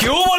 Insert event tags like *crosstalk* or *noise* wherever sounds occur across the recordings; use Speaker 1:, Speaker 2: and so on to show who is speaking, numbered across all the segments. Speaker 1: ¿Qué hubo,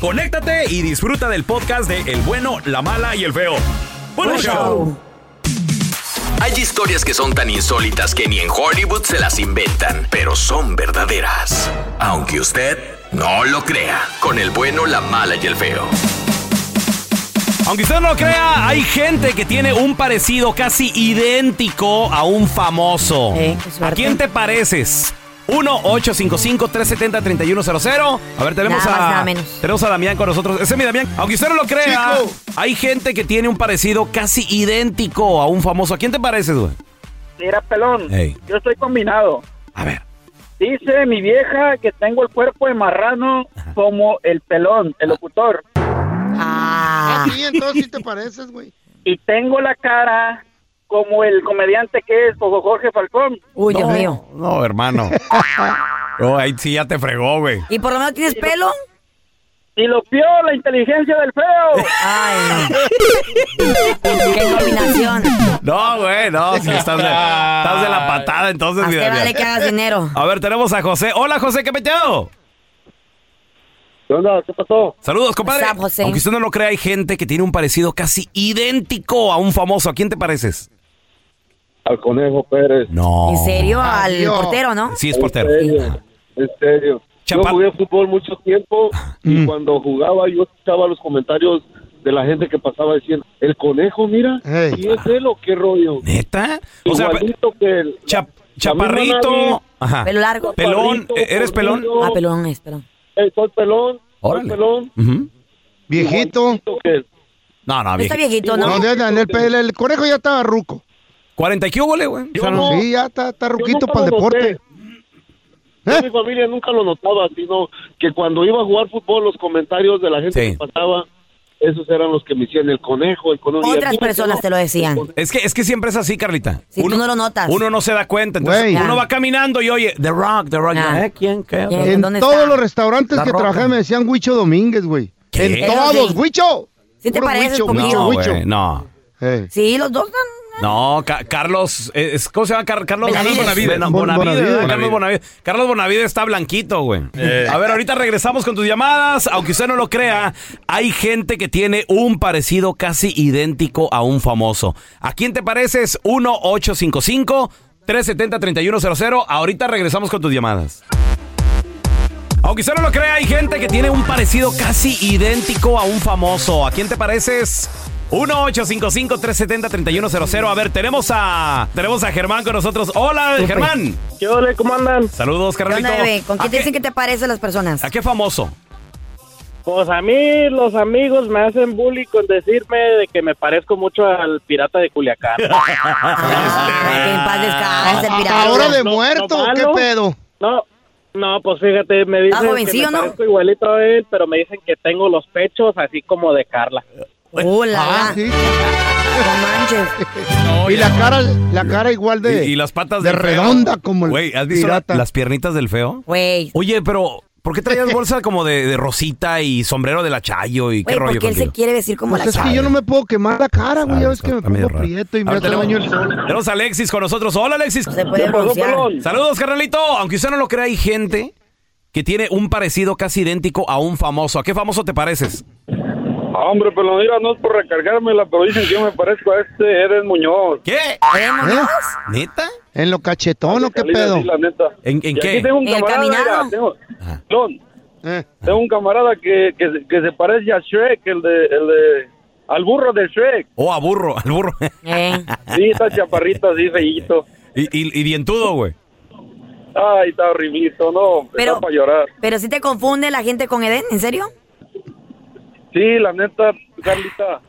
Speaker 1: conéctate y disfruta del podcast de El bueno, la mala y el feo. Bueno, show.
Speaker 2: Hay historias que son tan insólitas que ni en Hollywood se las inventan, pero son verdaderas. Aunque usted no lo crea, con el bueno, la mala y el feo.
Speaker 1: Aunque usted no lo crea, hay gente que tiene un parecido casi idéntico a un famoso.
Speaker 3: Eh, qué
Speaker 1: ¿A
Speaker 3: suerte.
Speaker 1: quién te pareces? 1-855-370-3100. A ver, tenemos
Speaker 3: Nada más,
Speaker 1: a.
Speaker 3: nada menos.
Speaker 1: Tenemos a Damián con nosotros. Ese es mi Damián. Aunque usted no lo crea,
Speaker 4: Chico.
Speaker 1: hay gente que tiene un parecido casi idéntico a un famoso. ¿A quién te pareces, güey?
Speaker 5: Mira, pelón,
Speaker 1: Ey.
Speaker 5: yo estoy combinado.
Speaker 1: A ver.
Speaker 5: Dice mi vieja que tengo el cuerpo de marrano como el pelón, el locutor.
Speaker 3: Ah,
Speaker 4: Sí, entonces sí te pareces, güey.
Speaker 5: Y tengo la cara como el comediante que es Jojo Jorge Falcón.
Speaker 3: uy, Dios
Speaker 1: *laughs*
Speaker 3: mío.
Speaker 1: No, hermano. No, ahí sí ya te fregó, güey.
Speaker 3: ¿Y por lo menos tienes pelo?
Speaker 5: Y lo vio la inteligencia del feo.
Speaker 3: Ay,
Speaker 5: *laughs*
Speaker 3: no. Qué
Speaker 1: *laughs*
Speaker 3: combinación.
Speaker 1: No, güey, no. sí, estás, *laughs* de, estás de la patada, entonces,
Speaker 3: Más
Speaker 1: mi
Speaker 3: te
Speaker 1: Damián.
Speaker 3: vale que hagas dinero.
Speaker 1: A ver, tenemos a José. Hola, José, ¿qué peteado?
Speaker 5: ¿Qué onda? ¿Qué pasó?
Speaker 1: Saludos, compadre.
Speaker 3: What's up, José?
Speaker 1: Aunque usted no lo crea, hay gente que tiene un parecido casi idéntico a un famoso. ¿A quién te pareces?
Speaker 5: Al conejo Pérez.
Speaker 1: No.
Speaker 3: ¿En serio? Al
Speaker 4: Dios.
Speaker 3: portero, ¿no?
Speaker 1: Sí, es portero.
Speaker 5: En serio.
Speaker 1: Chapa-
Speaker 5: Yo jugué fútbol mucho
Speaker 1: *laughs*
Speaker 5: tiempo
Speaker 1: Mm.
Speaker 5: y cuando jugaba yo escuchaba los comentarios de la gente que pasaba diciendo, el conejo, mira,
Speaker 4: Ey.
Speaker 5: ¿y es él o qué rollo?
Speaker 1: ¿Neta? O sea,
Speaker 5: Igualito que el...
Speaker 1: chap-
Speaker 5: la misma nariz,
Speaker 1: chaparrito. Ajá.
Speaker 3: Pelo largo.
Speaker 1: Pelón. ¿e-,
Speaker 5: chaparrito,
Speaker 1: ¿Eres pelón?
Speaker 5: gordito,
Speaker 3: Ah, pelón es, pelón.
Speaker 5: eh, soy pelón.
Speaker 1: Órale.
Speaker 5: Soy pelón.
Speaker 1: Ujú.
Speaker 4: Viejito.
Speaker 5: igualito que él.
Speaker 1: No, no,
Speaker 3: No está
Speaker 1: bien.
Speaker 3: viejito, ¿no?
Speaker 4: No, de Daniel Pérez, el conejo ya estaba ruco.
Speaker 1: 40 y qué hubo, güey. O
Speaker 5: Yo
Speaker 1: sea,
Speaker 5: no-
Speaker 4: Sí, ya está, está
Speaker 5: yo
Speaker 4: ruquito
Speaker 5: nunca
Speaker 4: para el
Speaker 5: lo
Speaker 4: deporte.
Speaker 5: noté. Yo
Speaker 4: ¿Eh?
Speaker 5: Mi familia nunca lo notaba, sino que cuando iba a jugar fútbol, los comentarios de la gente
Speaker 1: Sí.
Speaker 5: que pasaba, esos eran los que me decían el conejo, el conejo. Y a
Speaker 3: Otras
Speaker 5: mí me
Speaker 3: personas
Speaker 5: quedó-
Speaker 3: te lo decían.
Speaker 1: Es que, es que siempre es así, Carlita.
Speaker 3: Si tú no lo notas.
Speaker 1: Uno no se da cuenta. Entonces,
Speaker 4: Güey.
Speaker 1: uno va caminando y oye, The Rock, The Rock.
Speaker 3: Ah.
Speaker 1: ¿Eh? ¿Quién? ¿Qué?
Speaker 3: ¿Quién?
Speaker 4: En
Speaker 3: ¿Dónde
Speaker 4: todos
Speaker 3: está?
Speaker 4: los restaurantes
Speaker 1: La
Speaker 4: que
Speaker 1: Roca.
Speaker 4: trabajé me decían Huicho Domínguez, güey.
Speaker 1: ¿Qué?
Speaker 4: En
Speaker 3: Eso
Speaker 4: todos,
Speaker 3: sí.
Speaker 4: Huicho.
Speaker 3: Sí te
Speaker 4: Puro
Speaker 3: pareces
Speaker 4: Huicho,
Speaker 3: poquillo.
Speaker 4: Huicho,
Speaker 1: No,
Speaker 4: Huicho.
Speaker 1: güey, no.
Speaker 4: Ey.
Speaker 3: Sí, los dos están...
Speaker 1: No, Ca- Carlos, eh, es- ¿cómo se llama Car- Carlos?
Speaker 3: Benavides.
Speaker 1: Carlos Bonavide.
Speaker 4: Bon-
Speaker 1: Bonavide,
Speaker 4: Bonavide.
Speaker 1: ¿verdad? Carlos Bonavide. Carlos Bonavide está blanquito, güey. A ver, ahorita regresamos con tus llamadas. Aunque usted no lo crea, hay gente que tiene un parecido casi idéntico a un famoso. ¿A quién te pareces? 1-855. 370-3100. Ahorita regresamos con tus llamadas. Aunque usted no lo crea, hay gente que tiene un parecido casi idéntico a un famoso. ¿A quién te pareces? 1-855-370-3100. A ver, tenemos a tenemos a Germán con nosotros. Hola,
Speaker 3: Súper.
Speaker 1: Germán.
Speaker 6: ¿Qué hola? ¿Cómo andan?
Speaker 1: Saludos,
Speaker 3: ¿Qué
Speaker 1: carnalito.
Speaker 3: onda, bebé? ¿Con
Speaker 1: ¿A
Speaker 3: quién te dicen que te parecen las personas?
Speaker 1: ¿A qué famoso?
Speaker 6: Pues a mí los amigos me hacen bullying con decirme de que me parezco mucho al pirata de Culiacán.
Speaker 3: que en paz descanse,
Speaker 4: Ah, pirata. ahora de muerto, ¿qué
Speaker 6: malo.
Speaker 4: pedo?
Speaker 6: No, no, pues fíjate, me
Speaker 3: Está
Speaker 6: dicen que
Speaker 3: jovencillo,
Speaker 6: me
Speaker 3: ¿no?
Speaker 6: parezco igualito a él, pero me dicen que tengo los pechos así como de Carla.
Speaker 3: Hola,
Speaker 4: Ah, *laughs* sí.
Speaker 3: no manches.
Speaker 4: *laughs* y la cara, la cara igual de,
Speaker 1: y, y las patas
Speaker 4: de
Speaker 1: del feo.
Speaker 4: redonda como el
Speaker 1: Güey, ¿has visto la-
Speaker 4: pirata.
Speaker 1: las piernitas del feo?
Speaker 3: Güey,
Speaker 1: Oye, pero ¿por qué
Speaker 3: *laughs*
Speaker 1: traías bolsa como de, de rosita y sombrero de la Chayo y qué
Speaker 3: güey,
Speaker 1: rollo
Speaker 3: porque él se
Speaker 1: contigo?
Speaker 3: quiere vestir como
Speaker 4: Pues
Speaker 3: la
Speaker 4: es que
Speaker 3: chava.
Speaker 4: yo no me puedo quemar la cara, güey. Ya
Speaker 1: Ah,
Speaker 4: ves que me
Speaker 1: está medio
Speaker 4: pongo
Speaker 1: raro.
Speaker 4: prieto y me
Speaker 1: Ahora
Speaker 4: hace daño el sol.
Speaker 1: Tenemos a Alexis con nosotros. Hola, Alexis.
Speaker 3: No se puede broncear.
Speaker 1: Saludos, carnalito. Aunque usted no lo crea, hay gente que tiene un parecido casi idéntico a un famoso. ¿A qué famoso te pareces?
Speaker 6: Hombre, pero mira, no es por recargármela, pero dicen que yo me parezco a este Eden Muñoz.
Speaker 1: ¿Qué?
Speaker 4: ¿Eh?
Speaker 1: ¿Neta?
Speaker 4: ¿En lo cachetón o qué pedo?
Speaker 6: la neta.
Speaker 1: ¿En, en
Speaker 6: Y aquí
Speaker 1: qué?
Speaker 6: tengo un
Speaker 3: ¿En el
Speaker 6: camarada,
Speaker 3: caminado?
Speaker 6: mira, tengo, Lon,
Speaker 4: Eh.
Speaker 6: tengo un camarada que, que, se- que se parece a Shrek, el de, el de, al burro de Shrek.
Speaker 1: Oh, a burro, al burro.
Speaker 3: Eh,
Speaker 6: Sí, está chaparrito, así feíto.
Speaker 1: y, y, y dientudo, güey.
Speaker 6: Ay, está horriblito, no,
Speaker 3: Pero-
Speaker 6: está para llorar.
Speaker 3: Pero si te confunde la gente con Eden,
Speaker 1: *laughs*
Speaker 3: ¿en serio?
Speaker 6: Sí, la neta, Carlita.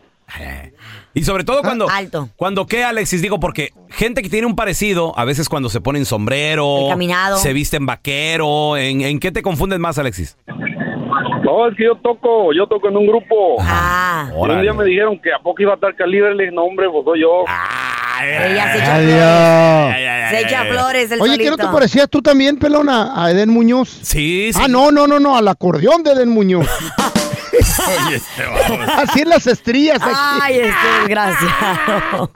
Speaker 1: Y sobre todo cuando...
Speaker 3: Ah, Alto.
Speaker 1: Cuando qué, Alexis, digo, porque gente que tiene un parecido, a veces cuando se ponen sombrero,
Speaker 3: El caminado.
Speaker 1: se visten vaquero, ¿en, en qué te confunden más, Alexis?
Speaker 6: No, es que yo toco, yo toco en un grupo.
Speaker 3: Ah,
Speaker 6: Y un día me dijeron que a poco iba a estar calibre, le dije, no, hombre, pues soy yo.
Speaker 3: ella se echa flores.
Speaker 4: Adiós.
Speaker 3: Se echa flores el
Speaker 4: Oye, ¿qué
Speaker 3: solito.
Speaker 4: no te parecías tú también, pelona, a Eden Muñoz?
Speaker 1: Sí, sí.
Speaker 4: Ah, no, no, no, no, al acordeón de
Speaker 1: *laughs*
Speaker 4: Eden Muñoz.
Speaker 1: este
Speaker 4: *laughs* Así en las estrellas. aquí.
Speaker 3: Ay, este desgraciado.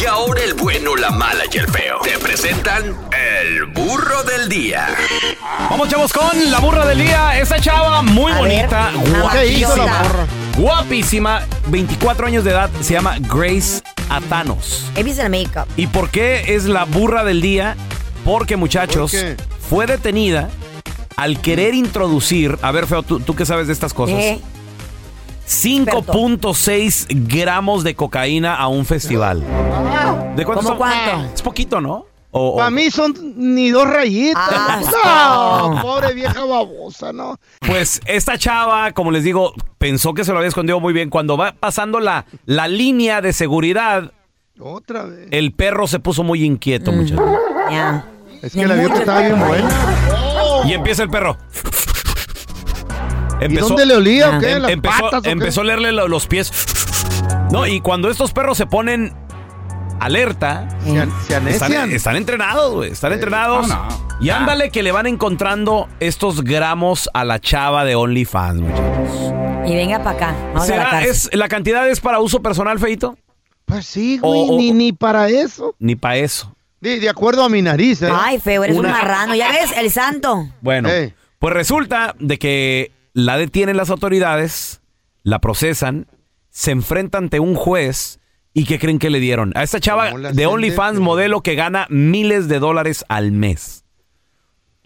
Speaker 2: Y ahora el bueno, la mala y el feo. Te presentan el burro del día.
Speaker 1: Vamos, chavos, con la burra del día. Esta chava muy
Speaker 3: A ver,
Speaker 1: bonita,
Speaker 3: la
Speaker 4: ¿Qué hizo la
Speaker 3: Maravillosa.
Speaker 4: morra?
Speaker 1: guapísima, 24 años de edad, se llama Grace Atanos.
Speaker 3: He visto el make-up.
Speaker 1: ¿Y por qué es la burra del día? Porque, muchachos,
Speaker 4: ¿Por qué?
Speaker 1: fue detenida al querer introducir, a ver, Feo, tú, tú que sabes de estas cosas,
Speaker 3: Eh,
Speaker 1: 5.6 gramos de cocaína a un festival. ¿De
Speaker 3: ¿Cómo
Speaker 1: cuánto son?
Speaker 3: cuánto?
Speaker 1: Es poquito, ¿no? O- o-
Speaker 4: Para mí son ni dos rayitas.
Speaker 3: Ah.
Speaker 4: No, pobre vieja babosa, ¿no?
Speaker 1: Pues esta chava, como les digo, pensó que se lo había escondido muy bien. Cuando va pasando la, la línea de seguridad,
Speaker 4: Otra vez.
Speaker 1: el perro se puso muy inquieto, muchachos.
Speaker 3: ya.
Speaker 4: Es que la vieja estaba bien buena.
Speaker 1: Y empieza el perro.
Speaker 4: ¿Y
Speaker 1: Empezó,
Speaker 4: dónde le olía o qué?
Speaker 1: em-
Speaker 4: ¿Las
Speaker 1: empezó,
Speaker 4: patas o qué?
Speaker 1: empezó a leerle lo- los pies. No, y cuando estos perros se ponen alerta,
Speaker 4: Se an- Se
Speaker 1: están,
Speaker 4: anecian. Eh,
Speaker 1: están entrenados, güey. Están entrenados. Y
Speaker 4: Ah.
Speaker 1: ándale que le van encontrando estos gramos a la chava de OnlyFans, muchachos.
Speaker 3: Y venga para acá. Vamos a la
Speaker 1: ¿Será,
Speaker 3: cárcel.
Speaker 1: es, ¿La cantidad es para uso personal, Feito?
Speaker 4: Pues sí, güey,
Speaker 1: O- o-
Speaker 4: ni, ni para eso.
Speaker 1: Ni para eso.
Speaker 4: De, de acuerdo a mi nariz, ¿eh?
Speaker 3: Ay, feo, eres
Speaker 1: Una-
Speaker 3: un marrano. Ya ves, el santo.
Speaker 1: Bueno,
Speaker 4: Ey.
Speaker 1: pues resulta de que la detienen las autoridades, la procesan, se enfrenta ante un juez y ¿qué creen que le dieron? A esta chava
Speaker 4: No, la
Speaker 1: de
Speaker 4: gente,
Speaker 1: OnlyFans
Speaker 4: pero-
Speaker 1: modelo que gana miles de dólares al mes.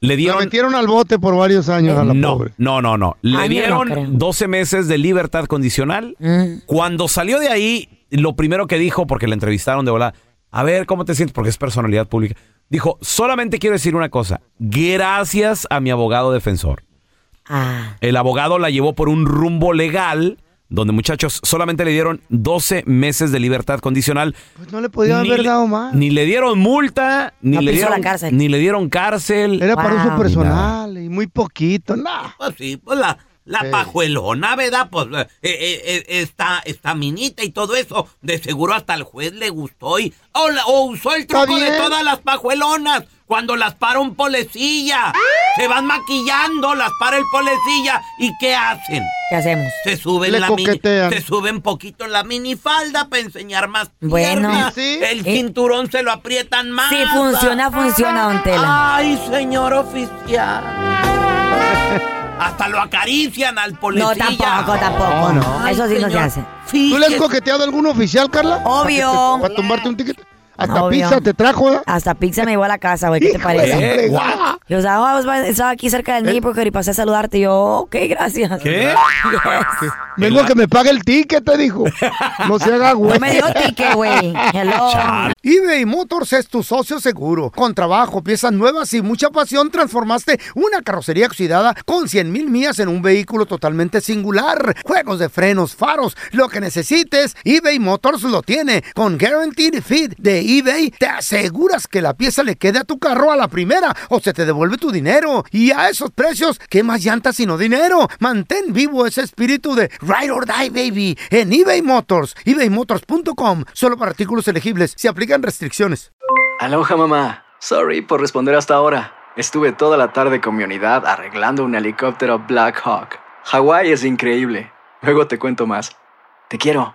Speaker 1: Le
Speaker 4: La
Speaker 1: dieron...
Speaker 4: metieron al bote por varios años a la
Speaker 1: No,
Speaker 4: pobre.
Speaker 1: no, no, no.
Speaker 3: Ay,
Speaker 1: Le
Speaker 3: yo no creo.
Speaker 1: dieron 12 meses de libertad condicional.
Speaker 3: Mm.
Speaker 1: Cuando salió de ahí, lo primero que dijo, porque le entrevistaron de volada, a ver cómo te sientes, porque es personalidad pública, dijo, solamente quiero decir una cosa, gracias a mi abogado defensor.
Speaker 3: Ah.
Speaker 1: El abogado la llevó por un rumbo legal, donde muchachos solamente le dieron 12 meses de libertad condicional.
Speaker 4: Pues no le podían haber
Speaker 1: le-
Speaker 4: dado más.
Speaker 1: Ni le dieron multa, ni,
Speaker 3: Ah. No
Speaker 1: le
Speaker 3: pisó la
Speaker 1: dieron,
Speaker 3: cárcel.
Speaker 1: ni le dieron cárcel.
Speaker 4: Era para
Speaker 3: Wow.
Speaker 4: uso personal y muy poquito, nada.
Speaker 7: Pues sí, pues la, la
Speaker 4: Sí.
Speaker 7: pajuelona, ¿verdad? Pues eh, eh, eh, esta, esta minita y todo eso, de seguro hasta el juez le gustó y o, la- o usó el
Speaker 4: Está
Speaker 7: truco de
Speaker 4: bien.
Speaker 7: todas las pajuelonas. Cuando las para un polecilla, se van maquillando, las para el polecilla y ¿qué hacen?
Speaker 3: ¿Qué hacemos?
Speaker 7: Se suben
Speaker 4: Le
Speaker 7: la mini-
Speaker 4: coquetean.
Speaker 7: se suben poquito la minifalda para enseñar más
Speaker 3: Bueno.
Speaker 7: piernas.
Speaker 4: Sí, sí.
Speaker 7: el
Speaker 3: Eh.
Speaker 7: cinturón se lo aprietan más.
Speaker 3: Si funciona, funciona, don Tela.
Speaker 7: Ay, señor oficial. Hasta lo acarician al
Speaker 3: No,
Speaker 7: policía.
Speaker 3: tampoco, tampoco.
Speaker 4: No, no.
Speaker 3: Eso sí no se hace.
Speaker 4: ¿Tú le has coqueteado a algún oficial, Carla?
Speaker 3: Obvio.
Speaker 4: ¿Para tumbarte un ticket? Hasta
Speaker 3: Obvio.
Speaker 4: pizza te trajo, ¿eh?
Speaker 3: Hasta pizza me llevó a la casa, güey. ¿Qué te
Speaker 4: Hijo de la
Speaker 3: parece?
Speaker 4: fregada.
Speaker 3: Yo estaba, "Oh, estaba aquí cerca
Speaker 1: ¿Eh?
Speaker 3: del neighborhood y pasé a saludarte. Y yo, ok, gracias.
Speaker 4: ¿Qué? Vengo a que me pague el ticket, te dijo. No se haga güey.
Speaker 3: No me dio ticket, güey. Hello. Chale.
Speaker 4: eBay Motors es tu socio seguro. Con trabajo, piezas nuevas y mucha pasión, transformaste una carrocería oxidada con 100 mil millas en un vehículo totalmente singular. Juegos de frenos, faros, lo que necesites, eBay Motors lo tiene. Con Guaranteed Fit de eBay, te aseguras que la pieza le quede a tu carro a la primera o se te devuelve tu dinero. Y a esos precios, ¿qué más llantas sino dinero? Mantén vivo ese espíritu de Ride or Die, baby, en eBay Motors. ebaymotors.com, solo para artículos elegibles. Se aplican restricciones.
Speaker 8: Aloha mamá. Sorry por responder hasta ahora. Estuve toda la tarde con mi unidad arreglando un helicóptero Black Hawk. Hawái es increíble. Luego te cuento más. Te quiero.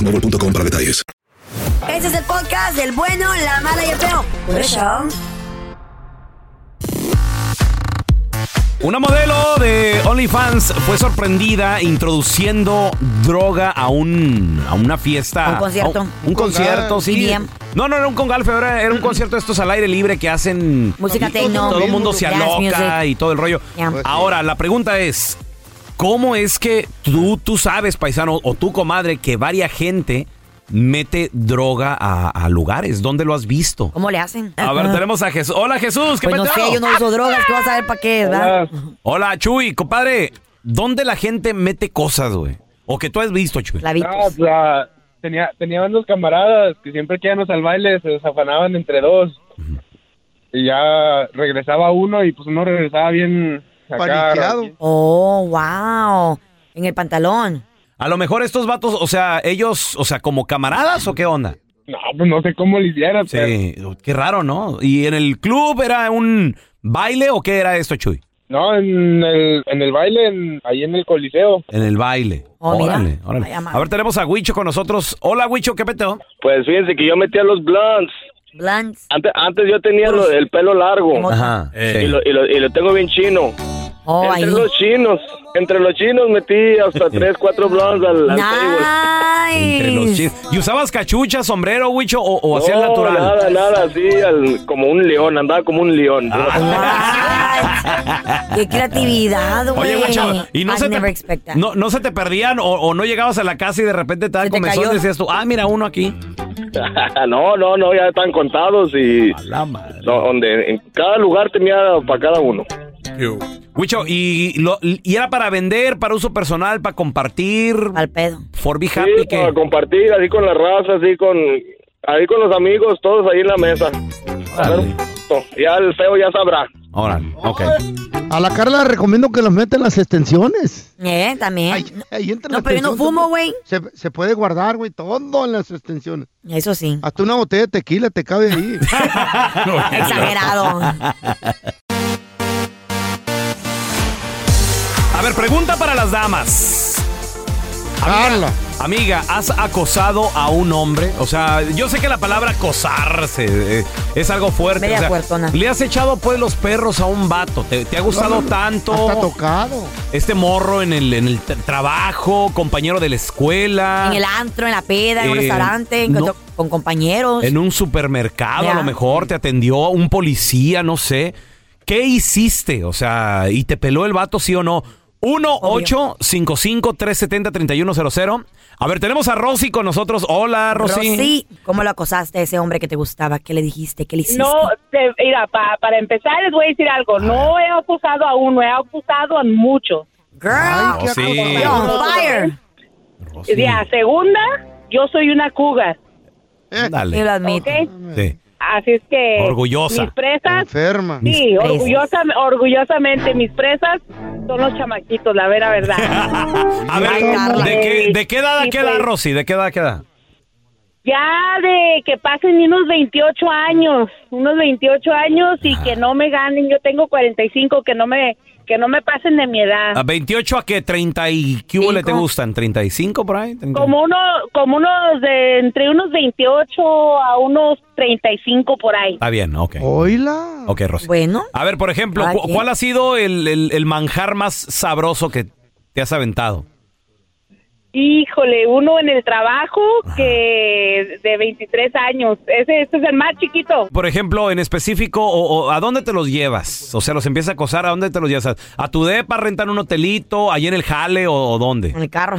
Speaker 9: para detalles.
Speaker 3: Este es el podcast del bueno, la mala y el feo. Por eso.
Speaker 1: Una modelo de OnlyFans fue sorprendida introduciendo droga a un a una fiesta.
Speaker 3: A un concierto.
Speaker 1: A un, un concierto, sí.
Speaker 3: EDM.
Speaker 1: No, no era un congal, pero era, era un concierto de estos al aire libre que hacen.
Speaker 3: Música
Speaker 1: y todo-
Speaker 3: techno.
Speaker 1: Todo el mundo se
Speaker 3: Dance
Speaker 1: aloca
Speaker 3: music.
Speaker 1: y todo el rollo.
Speaker 3: Yeah.
Speaker 1: Ahora, la pregunta es: ¿cómo es que tú, tú sabes, paisano, o tú, comadre, que varia gente mete droga a, a lugares? ¿Dónde lo has visto?
Speaker 3: ¿Cómo le hacen?
Speaker 1: A ver,
Speaker 3: *laughs*
Speaker 1: tenemos a Jesús. Hola, Jesús, ¿qué
Speaker 3: Pues no
Speaker 1: peteo?
Speaker 3: sé, yo no uso drogas. ¿Qué vas a ver para qué, verdad?
Speaker 1: Hola, Chuy, compadre. ¿Dónde la gente mete cosas, güey? O que tú has visto, Chuy.
Speaker 6: No, o sea, tenía, tenía unos camaradas que siempre que íbamos al baile se desafanaban entre dos. Y ya regresaba uno y pues uno regresaba bien acá.
Speaker 3: Oh, wow. En el pantalón.
Speaker 1: A lo mejor estos vatos, o sea, ellos, o sea, como camaradas o qué onda?
Speaker 6: No, pues no sé cómo le hicieron.
Speaker 1: Sí, qué raro, ¿no? ¿Y en el club era un baile o qué era esto, Chuy?
Speaker 6: No, en el, en el baile, en- ahí en el coliseo.
Speaker 1: *laughs* En el baile.
Speaker 6: Oh, mira.
Speaker 1: órale, órale.
Speaker 6: Vaya madre.
Speaker 1: A ver, tenemos a Huicho con nosotros. Hola, Huicho, ¿qué peteo?
Speaker 10: Pues fíjense que yo metía los blondes.
Speaker 3: Blondes.
Speaker 10: Antes, antes yo tenía lo- el pelo largo.
Speaker 1: Ajá,
Speaker 10: Y, lo, y lo- y lo tengo bien chino.
Speaker 3: Oh,
Speaker 10: entre los chinos, entre los chinos metí hasta tres, cuatro blondes al, al
Speaker 1: Entre los
Speaker 3: Nice.
Speaker 1: chis- ¿Y usabas cachucha, sombrero, Huicho, o, o hacías
Speaker 10: No,
Speaker 1: natural?
Speaker 10: Nada, nada, así, al- como un león, andaba como un león. *laughs*
Speaker 3: Qué creatividad, güey.
Speaker 1: Ah. Oye, guacho, y no
Speaker 3: I
Speaker 1: se,
Speaker 3: never
Speaker 1: te,
Speaker 3: expect that.
Speaker 1: no, no se te perdían o, o no llegabas a la casa y de repente te dan
Speaker 3: te
Speaker 1: comezón
Speaker 3: cayó.
Speaker 1: y decías tú, ah, mira uno aquí.
Speaker 10: *laughs* no, no, no, ya están contados y... No, donde, en cada lugar tenía para cada uno.
Speaker 1: Huicho, y, lo- y era para vender, para uso personal, para compartir.
Speaker 3: Al pedo.
Speaker 1: For be
Speaker 10: Sí,
Speaker 1: happy,
Speaker 10: para
Speaker 1: que
Speaker 10: compartir, así con la raza, así con... Ahí con los amigos, todos ahí en la mesa. Ya el feo ya sabrá.
Speaker 1: Órale, ok.
Speaker 4: A la Carla recomiendo que los meten las extensiones.
Speaker 3: Eh, también. no,
Speaker 4: las
Speaker 3: pero yo no
Speaker 4: personas,
Speaker 3: fumo, güey.
Speaker 4: Se, se puede guardar, güey, todo en las extensiones.
Speaker 3: Eso sí.
Speaker 4: Hasta una botella de tequila te cabe ahí.
Speaker 3: *laughs* Exagerado.
Speaker 1: A ver, pregunta para las damas. Carla. Amiga, ¿has acosado a un hombre? O sea, yo sé que la palabra acosarse eh, es algo fuerte.
Speaker 3: Media
Speaker 1: o sea,
Speaker 3: puertona.
Speaker 1: ¿Le has echado pues los perros a un vato? ¿Te, te ha gustado tanto?
Speaker 4: *laughs* Hasta tocado.
Speaker 1: Este morro en el, en el tra- trabajo, compañero de la escuela.
Speaker 3: En el antro, en la peda, en un
Speaker 1: Eh,
Speaker 3: restaurante, en-
Speaker 1: no.
Speaker 3: con compañeros.
Speaker 1: En un supermercado, a
Speaker 3: Ya.
Speaker 1: lo mejor te atendió un policía, no sé. ¿Qué hiciste? O sea, ¿y te peló el vato, sí o no? 1-855-370-3100. A ver, tenemos a Rosy con nosotros. Hola, Rosy.
Speaker 3: Rosy, ¿cómo lo acosaste a ese hombre que te gustaba? ¿Qué le dijiste? ¿Qué le hiciste?
Speaker 11: No, te- mira, pa- para empezar les voy a decir algo. No he acusado a uno, he acusado a muchos.
Speaker 1: qué Rosy. acusado.
Speaker 11: No, Ya, segunda, yo soy una cougar.
Speaker 1: Ándale. Yo lo admito.
Speaker 11: ¿ok?
Speaker 1: Sí.
Speaker 11: Así es que...
Speaker 1: Orgullosa.
Speaker 11: Mis presas...
Speaker 4: Enferma.
Speaker 11: Sí, orgullosa- orgullosamente. Mis presas son los chamaquitos, la vera verdad.
Speaker 1: *laughs* A ver, ¿de qué, de qué edad queda, Rosy? ¿De qué edad queda?
Speaker 11: Ya de que pasen unos 28 años, unos 28 años y que no me ganen, yo tengo 45, que no me que no me pasen de mi edad.
Speaker 1: ¿A 28 a qué? ¿30 y qué hubo le te gustan? ¿35 por ahí? ¿30?
Speaker 11: Como uno como unos de entre unos 28 a unos 35 por ahí.
Speaker 1: Está bien, ok.
Speaker 4: Hola.
Speaker 1: Ok, Rosy.
Speaker 11: Bueno.
Speaker 1: A ver, por ejemplo,
Speaker 11: Ah,
Speaker 1: ¿cu-
Speaker 11: ¿qué?
Speaker 1: ¿cuál ha sido el, el- el manjar más sabroso que te has aventado?
Speaker 11: Híjole, uno en el trabajo que de 23 años. Ese, ese es el más chiquito.
Speaker 1: Por ejemplo, en específico, o, o ¿a dónde te los llevas? O sea, los empieza a acosar, ¿a dónde te los llevas? ¿A- ¿A tu depa rentan un hotelito, allí en el jale o, o dónde?
Speaker 11: el carro.